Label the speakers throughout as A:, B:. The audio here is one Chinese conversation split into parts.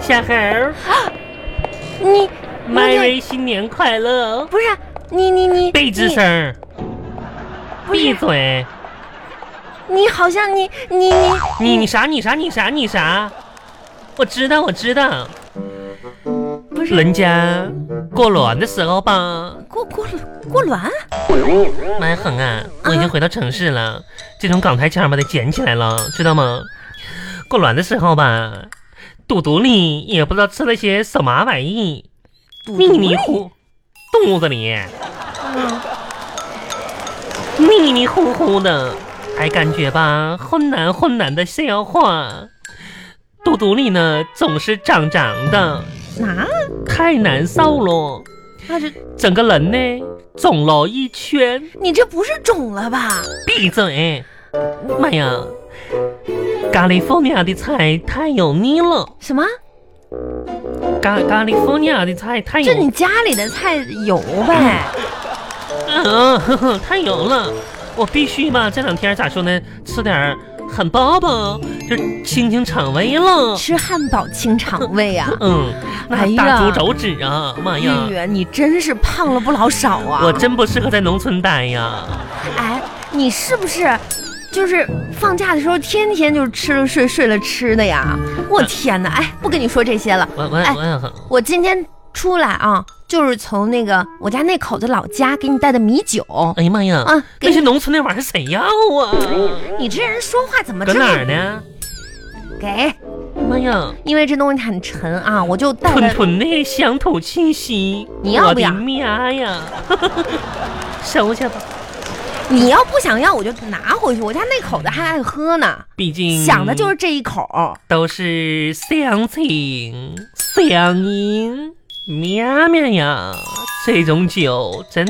A: 小猴儿，
B: 啊你
A: 麦
B: 你
A: 瑞新年快乐哦！
B: 不是啊你你你
A: 被吱声儿，
B: 不
A: 闭
B: 是
A: 嘴！
B: 你好像你你你
A: 你你啥你啥你啥你啥？我知道我知道，
B: 不是
A: 人家过卵的时候吧，
B: 过过了过卵
A: 蛮横啊！我已经回到城市了，这种港台腔把它捡起来了，知道吗？过卵的时候吧，肚肚里也不知道吃了些什么玩意，
B: 肚
A: 迷
B: 子
A: 迷
B: 里
A: 糊，肚子里
B: 嗯
A: 迷迷糊糊的，还感觉吧昏难昏难的消化，肚肚里呢总是胀胀的，
B: 啊
A: 太难受了，
B: 那是
A: 整个人呢肿了一圈。
B: 你这不是肿了吧？
A: 闭嘴！妈呀，咖喱佛尼亚的菜太油腻了，
B: 什么？
A: 咖咖喱佛尼亚的菜太
B: 这
A: 油
B: 你，家里的菜油呗？
A: 嗯、呵呵，太油了，我必须吧，这两天咋说呢，吃点儿汉堡包，就清清肠胃了。
B: 吃汉堡清肠胃呀、
A: 嗯，
B: 哎
A: 那
B: 呀 哎
A: 大猪肘指啊，妈
B: 玉
A: 呀，
B: 宇，你真是胖了不老少啊！
A: 我真不适合在农村待呀。
B: 哎，你是不是就是放假的时候天天就是吃了睡，睡了吃的呀？
A: 嗯
B: 我天哪！哎，不跟你说这些了。
A: 我我
B: 哎
A: 我，
B: 我今天出来啊，就是从那个我家那口子老家给你带的米酒
A: 哎呀妈呀，
B: 啊。
A: 那
B: 给哎
A: 些农村那玩意儿谁要啊？
B: 你这人说话怎么
A: 搁
B: 这
A: 哪
B: 么
A: 儿呢？
B: 给？
A: 妈呀！
B: 因为这东西很沉啊，我就带
A: 吞
B: 了。
A: 吞的乡土气息，
B: 你要
A: 我
B: 不
A: 的
B: 要
A: 妈呀！ 收下吧，
B: 你要不想要，我就拿回去。我家那口子还爱喝呢，
A: 毕竟
B: 想的就是这一口。
A: 都是乡情、乡音、喵喵呀！这种酒真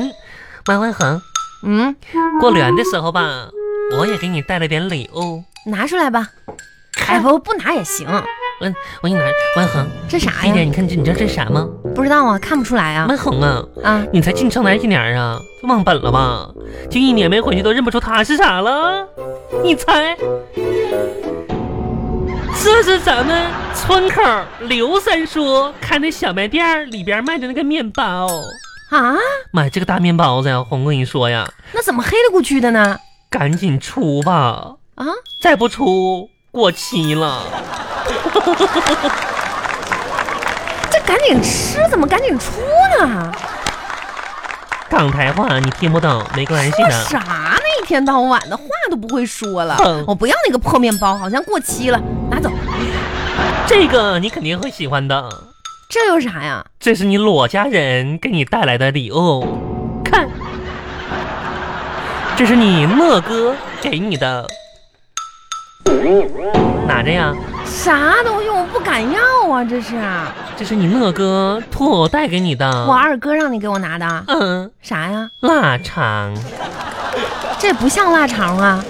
A: 马文恒，
B: 嗯，
A: 过年的时候吧，我也给你带了点礼物。
B: 拿出来吧。哎，不不拿也行。
A: 我哎我给你拿，文恒，
B: 这啥
A: 一点，
B: 呀？
A: 你看这你知道这是啥吗？
B: 不知道啊，看不出来啊。
A: 文恒啊，
B: 啊，
A: 你才进城来一年啊，忘本了吧？就一年没回去都认不出他是啥了？你猜，这是咱们村口刘三叔开那小卖店儿里边卖的那个面包。
B: 啊，
A: 妈呀，这个大面包子呀，红哥跟你说呀，
B: 那怎么黑了咕叽的呢？
A: 赶紧出吧，
B: 啊，
A: 再不出过期了。
B: 这赶紧吃，怎么赶紧出呢？
A: 港台话你听不懂没关系
B: 说
A: 的。
B: 啥呢？一天到晚的话都不会说了
A: 哼。
B: 我不要那个破面包，好像过期了，拿走。
A: 这个你肯定会喜欢的。
B: 这有啥呀？
A: 这是你裸家人给你带来的礼物，看，这是你乐哥给你的，拿着呀，
B: 啥东西我不敢要啊！这是
A: 这是你乐哥托我带给你
B: 我
A: 的，
B: 二哥让你给我拿的，啊
A: 嗯，
B: 啥呀？
A: 腊肠，
B: 这不像腊肠啊，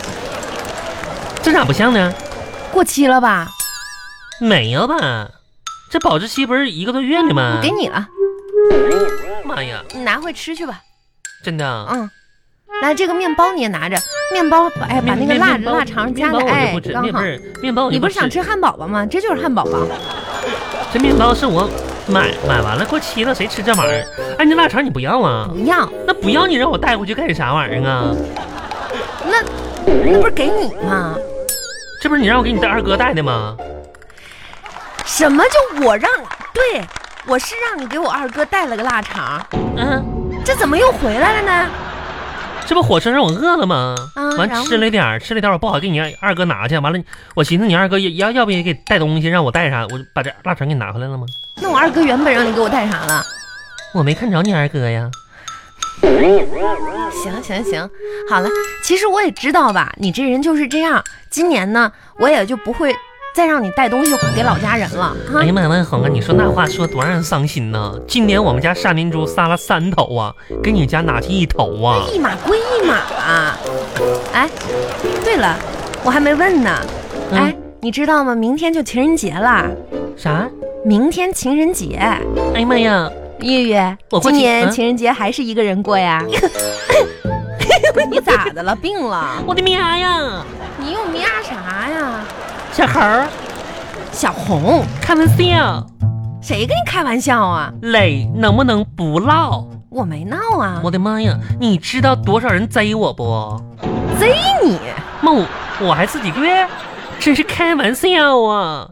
A: 这咋不像呢？
B: 过期了吧？
A: 没有吧？这保质期不是一个多月呢吗
B: 给？你了，
A: 妈呀，
B: 你拿回吃去吧。
A: 真的，
B: 嗯，来这个面包你也拿着，面包把哎把
A: 面
B: 那个
A: 面
B: 腊
A: 面包
B: 腊肠
A: 面
B: 夹
A: 包
B: 的
A: 我就
B: 哎
A: 不吃，
B: 刚
A: 面不
B: 好。
A: 是面包我就
B: 你不是想吃汉堡包吗？这就是汉堡包。
A: 这面包是我买买完了过期了，谁吃这玩意儿？哎，那腊肠你不要啊？
B: 不要，
A: 那不要你让我带回去干啥玩意儿啊？
B: 那那不是给你吗？
A: 这不是你让我给你带二哥带的吗？
B: 什么就我让？对，我是让你给我二哥带了个腊肠，
A: 嗯，
B: 这怎么又回来了呢？
A: 这不火车上我饿了吗？
B: 啊
A: 完
B: 然后
A: 吃了点儿，吃了点儿我不好给你二哥拿去。完了，我寻思你二哥也要要不也给带东西让我带啥，我就把这腊肠给你拿回来了吗？
B: 那我二哥原本让你给我带啥了？
A: 我没看着你二哥呀。
B: 行行行，好了，其实我也知道吧，你这人就是这样。今年呢，我也就不会再让你带东西给老家人了哈
A: 哎。呀妈呀，万恒啊，你说那话说多让人伤心呐！今年我们家杀明珠杀了三头啊，给你家拿去一头啊。
B: 一码归一码啊。哎，对了，我还没问呢。
A: 嗯
B: 哎，你知道吗？明天就情人节了。
A: 啥？
B: 明天情人节，
A: 哎呀妈呀，
B: 月月
A: 我，过
B: 今
A: 去
B: 年
A: 嗯
B: 情人节还是一个人过呀？ 你咋的了？病了？
A: 我的妈呀！
B: 你啊又咩啥呀？
A: 小猴儿
B: 小红，
A: 开玩笑，
B: 谁跟你开玩笑啊？
A: 磊能不能不唠？
B: 我没闹啊，
A: 我的妈呀，你知道多少人贼我不？
B: 贼你！
A: 妈，我我还自己月，真是开玩笑啊！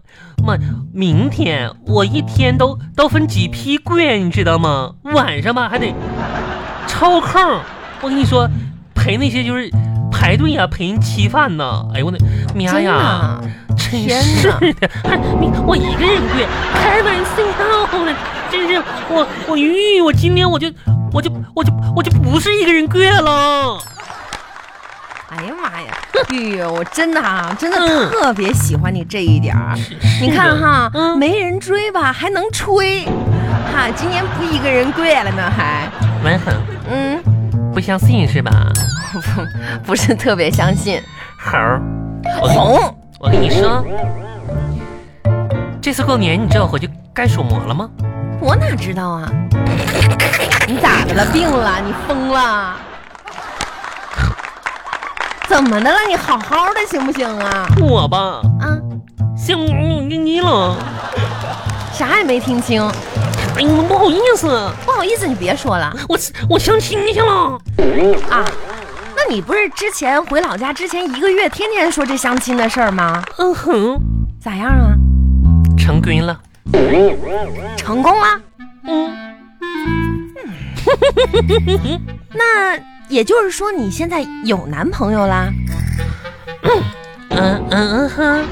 A: 妈，明天我一天都都分几批跪，你知道吗？晚上吧还得抽空，我跟你说，陪那些就是排队呀、陪人吃饭呐。哎呦我的妈
B: 真
A: 呀，
B: 的，啊
A: 真
B: 天
A: 是
B: 哪
A: 的，还你我一个人跪，开玩笑呢，真是我我晕，我今天我就我就我就我就不是一个人跪了。
B: 哎呀妈呀！哎呦，我真的啊，真的
A: 嗯
B: 特别喜欢你这一点儿。啊
A: 是
B: 你看
A: 的
B: 哈，
A: 嗯
B: 没人追吧，还能吹，哈，今年不一个人跪了呢，还，
A: 文恒
B: 嗯，
A: 不相信是吧？
B: 不，不是特别相信。
A: 猴儿，
B: 红，
A: 我跟你说，这次过年你知道我回去干手膜了吗？
B: 我哪知道啊？你咋的了？病了？你疯了？怎么的了？你好好的行不行啊？
A: 我吧，
B: 啊，
A: 像你你了，
B: 啥也没听清，
A: 哎呀，不好意思，
B: 不好意思，你别说了
A: 我我相亲去了。
B: 啊。那你不是之前回老家之前一个月天天说这相亲的事儿吗？
A: 嗯哼，
B: 咋样啊？
A: 成军了。
B: 成功了？
A: 嗯，
B: 那也就是说，你现在有男朋友啦？
A: 嗯嗯嗯哼，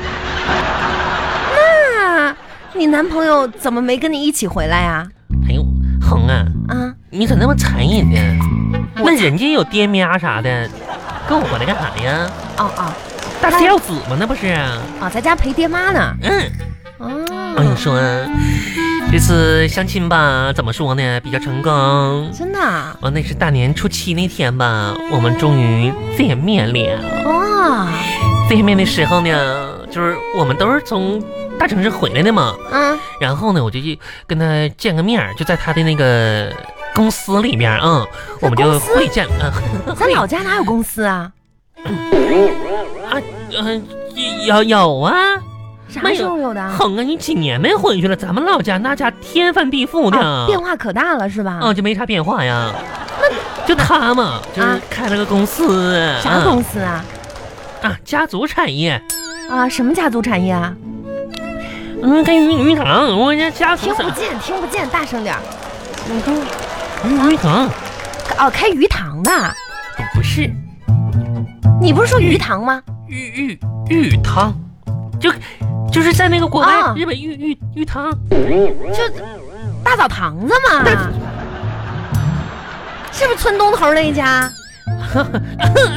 B: 那你男朋友怎么没跟你一起回来呀、
A: 哎呦，恒啊，
B: 啊？
A: 你咋那么馋人呢？
B: 我
A: 那人家有爹妈啥的，跟我回来干啥呀？
B: 哦哦
A: 大家要子嘛，那不是？啊
B: 哦，在家陪爹妈呢。
A: 嗯。哎我跟你
B: 哦，
A: 说，这次相亲吧，怎么说呢，比较成功。
B: 真的啊？
A: 哦，那是大年初七那天吧，我们终于见面了。
B: 哦，
A: 见面的时候呢，就是我们都是从大城市回来的嘛，
B: 嗯
A: 然后呢，我就去跟他见个面儿，就在他的那个公司里边儿啊、嗯，我们就
B: 公司
A: 会见啊，
B: 咱老家哪有公司啊？
A: 嗯、有有啊，
B: 啥时候有的啊？
A: 哼啊，你几年没回去了？咱们老家那家天翻地覆的。
B: 啊变化可大了是吧？
A: 哦，就没啥变化呀。就他
B: 啊
A: 嘛，就是开了个公司，
B: 啥
A: 司
B: 公司啊？
A: 啊？家族产业，
B: 啊，什么家族产业啊？
A: 嗯，跟鱼鱼塘，我家家族
B: 听不
A: 产，
B: 见，听不见，大声点儿。
A: 嗯跟鱼鱼塘
B: 哦，开鱼塘的，
A: 嗯不是
B: 你不是说鱼塘吗？
A: 玉玉玉塘，就就是在那个国外、
B: 啊
A: 日本玉玉玉塘，
B: 就大澡堂子嘛，是不是村东头那一家？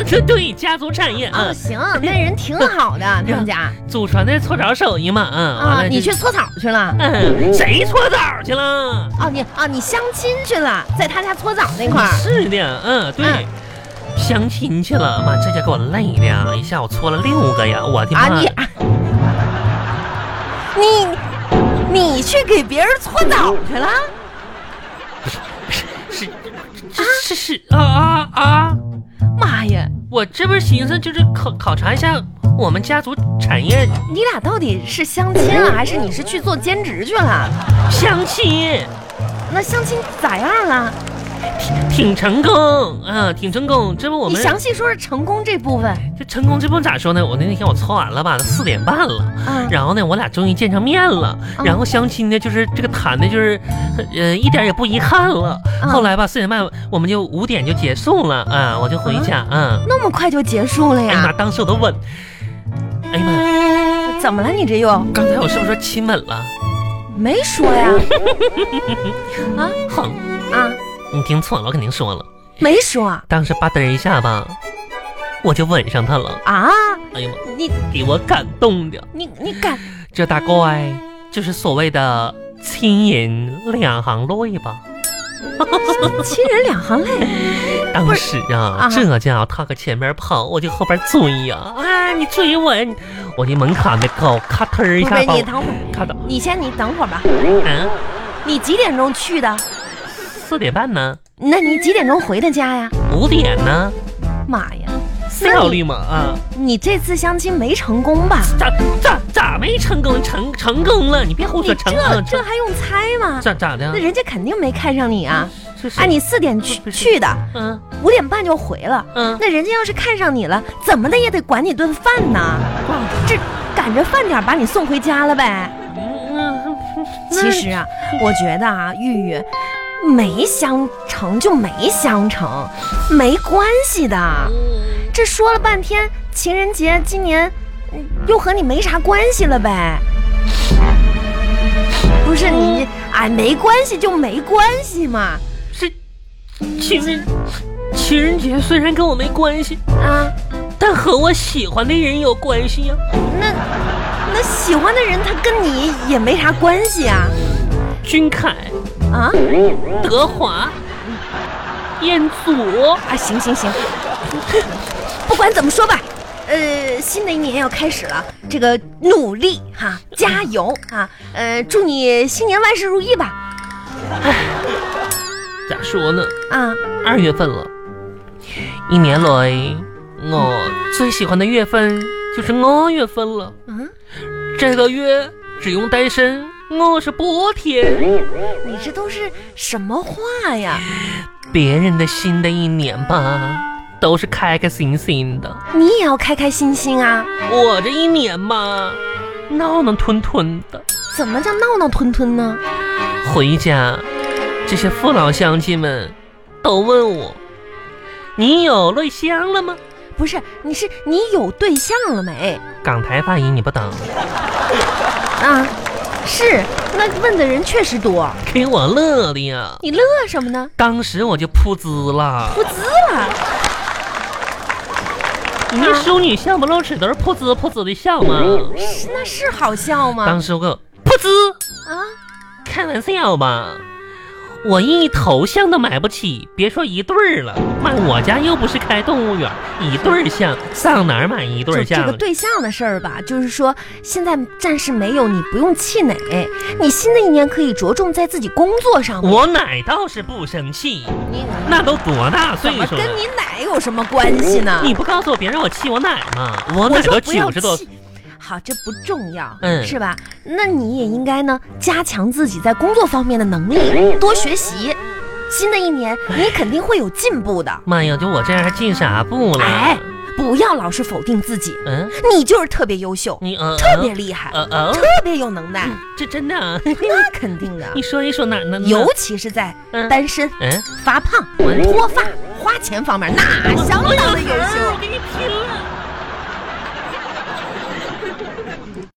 A: 这对家族产业啊
B: 哦，，行，那人挺好的，他们家
A: 祖传的搓澡手艺嘛，嗯，完
B: 啊，
A: 了
B: 你
A: 就
B: 去搓澡去了。
A: 嗯，谁搓澡去了？
B: 哦，你哦，你相亲去了，在他家搓澡那块儿，
A: 是的，嗯，对，
B: 嗯
A: 相亲去了，妈，这家给我累的，一下午搓了六个呀，我的
B: 啊
A: 妈！
B: 你啊，你你去给别人搓澡去了？
A: 是
B: 啊
A: 这是是啊啊啊！
B: 妈呀，
A: 我这不是寻思就是考考察一下我们家族产业
B: 你俩到底是相亲了，还是你是去做兼职去了？
A: 相亲，
B: 那相亲咋样了？
A: 挺成功啊，挺成功。这不我
B: 你
A: 们哎
B: 详细说说成功这部分
A: 这成功这不咋说呢？我那天我搓完了吧，都四点半了。
B: 啊。
A: 然后呢，我俩终于见上面了。
B: 嗯
A: 然后相亲呢，就是这个谈的，就是，呃，一点也不遗憾了。
B: 嗯
A: 后来吧，四点半我们就五点就结束了啊，我就回家啊。
B: 那么快就结束了
A: 哎呀妈，
B: 嗯呀？
A: 当时我都吻，哎呀妈，
B: 怎么了？你这又
A: 刚才我是不是说亲吻了？
B: 没说呀？
A: 哼，
B: 啊，
A: 你听错了，我肯定说了。
B: 没说啊
A: 当时吧嗒一下吧，我就吻上他了。
B: 啊？
A: 哎呀妈，
B: 你
A: 给我感动的，
B: 你你敢
A: 这大乖就是所谓的亲饮两行泪吧。
B: 亲人两行泪？
A: 当时啊，
B: 啊
A: 这家伙他搁前面跑，我就后边追呀、啊，你追我，你我这门槛的高，咔腾儿一
B: 不
A: 下
B: 是
A: 把
B: 你
A: 我
B: 等会儿，
A: 咔倒。
B: 你先你等会儿吧。
A: 嗯，
B: 你几点钟去的？
A: 四点半呢，
B: 那你几点钟回的家呀？
A: 五点呢，
B: 妈呀，
A: 非要绿吗？啊，
B: 你这次相亲没成功吧？
A: 咋咋咋没成功？成成功了，你别胡
B: 你
A: 说，
B: 这
A: 成了
B: 这
A: 成
B: 还用猜吗？
A: 咋咋的
B: 那？人家肯定没看上你啊！
A: 是是
B: 啊，你四点去
A: 不是
B: 去的，
A: 嗯
B: 五点半就回了。
A: 嗯，
B: 那人家要是看上你了，怎么的也得管你顿饭呢。这赶着饭点儿把你送回家了呗。
A: 嗯
B: 其实啊，我觉得啊，玉玉没相成就没相成，没关系的。啊这说了半天，情人节今年嗯又和你没啥关系了呗？不是你，哎，没关系就没关系嘛，
A: 是情人情人节虽然跟我没关系，
B: 啊，
A: 但和我喜欢的人有关系呀、
B: 那那喜欢的人他跟你也没啥关系啊，
A: 君凯、
B: 啊。
A: 德华、彦祖，
B: 啊，行行行， 不管怎么说吧，呃，新的一年要开始了，这个努力哈，加油啊！呃，祝你新年万事如意吧！
A: 咋说呢？
B: 啊，
A: 二月份了，一年来我最喜欢的月份就是二月份了。
B: 嗯，
A: 这个月只用单身，我是波天。
B: 你这都是什么话呀？
A: 别人的新的一年吧，都是开开心心的，
B: 你也要开开心心啊！
A: 我这一年嘛，闹闹吞吞的。
B: 怎么叫闹闹吞吞呢？
A: 回家，这些父老乡亲们都问我：“你有对象了吗
B: 不是，你是你有对象了没？？”
A: 港台发音你不懂，
B: 啊，是，那问的人确实多，
A: 给我乐的呀！
B: 你乐什么呢？
A: 当时我就噗呲了，
B: 不滋了，
A: 你这淑女笑不露齿，都是噗呲噗呲的笑嘛。
B: 是那是好笑吗
A: 当？时我噗呲，
B: 啊，
A: 开玩笑吧？我一头像都买不起，别说一对儿了。妈，我家又不是开动物园，一对儿象上哪儿买一对
B: 就
A: 儿
B: 这个
A: 象？
B: 对象的事儿吧，就是说现在暂时没有，你不用气馁。你新的一年可以着重在自己工作上面。
A: 我奶倒是不生气，
B: 你
A: 嗯那都多大岁
B: 怎么
A: 数了
B: 跟？你奶有什么关系呢？
A: 你不告诉我，别让我气我奶吗？我
B: 我
A: 奶
B: 说
A: 都
B: 不要
A: 九十多，
B: 气。好，这不重要，
A: 嗯
B: 是吧？那你也应该呢，加强自己在工作方面的能力，多学习。新的一年你肯定会有进步的。
A: 妈呀，就我这样还进啥步了？
B: 哎，不要老是否定自己，
A: 嗯，
B: 你就是特别优秀，
A: 你嗯，
B: 特别厉害，
A: 呃呃，
B: 特别有能耐，
A: 这真的啊，
B: 那肯定的。
A: 你说一说哪哪哪
B: 尤其是在
A: 嗯
B: 单身、
A: 嗯，
B: 发胖、脱发、花钱方面，那相当的优
A: 哎呦
B: 秀啊
A: 我。跟你拼了！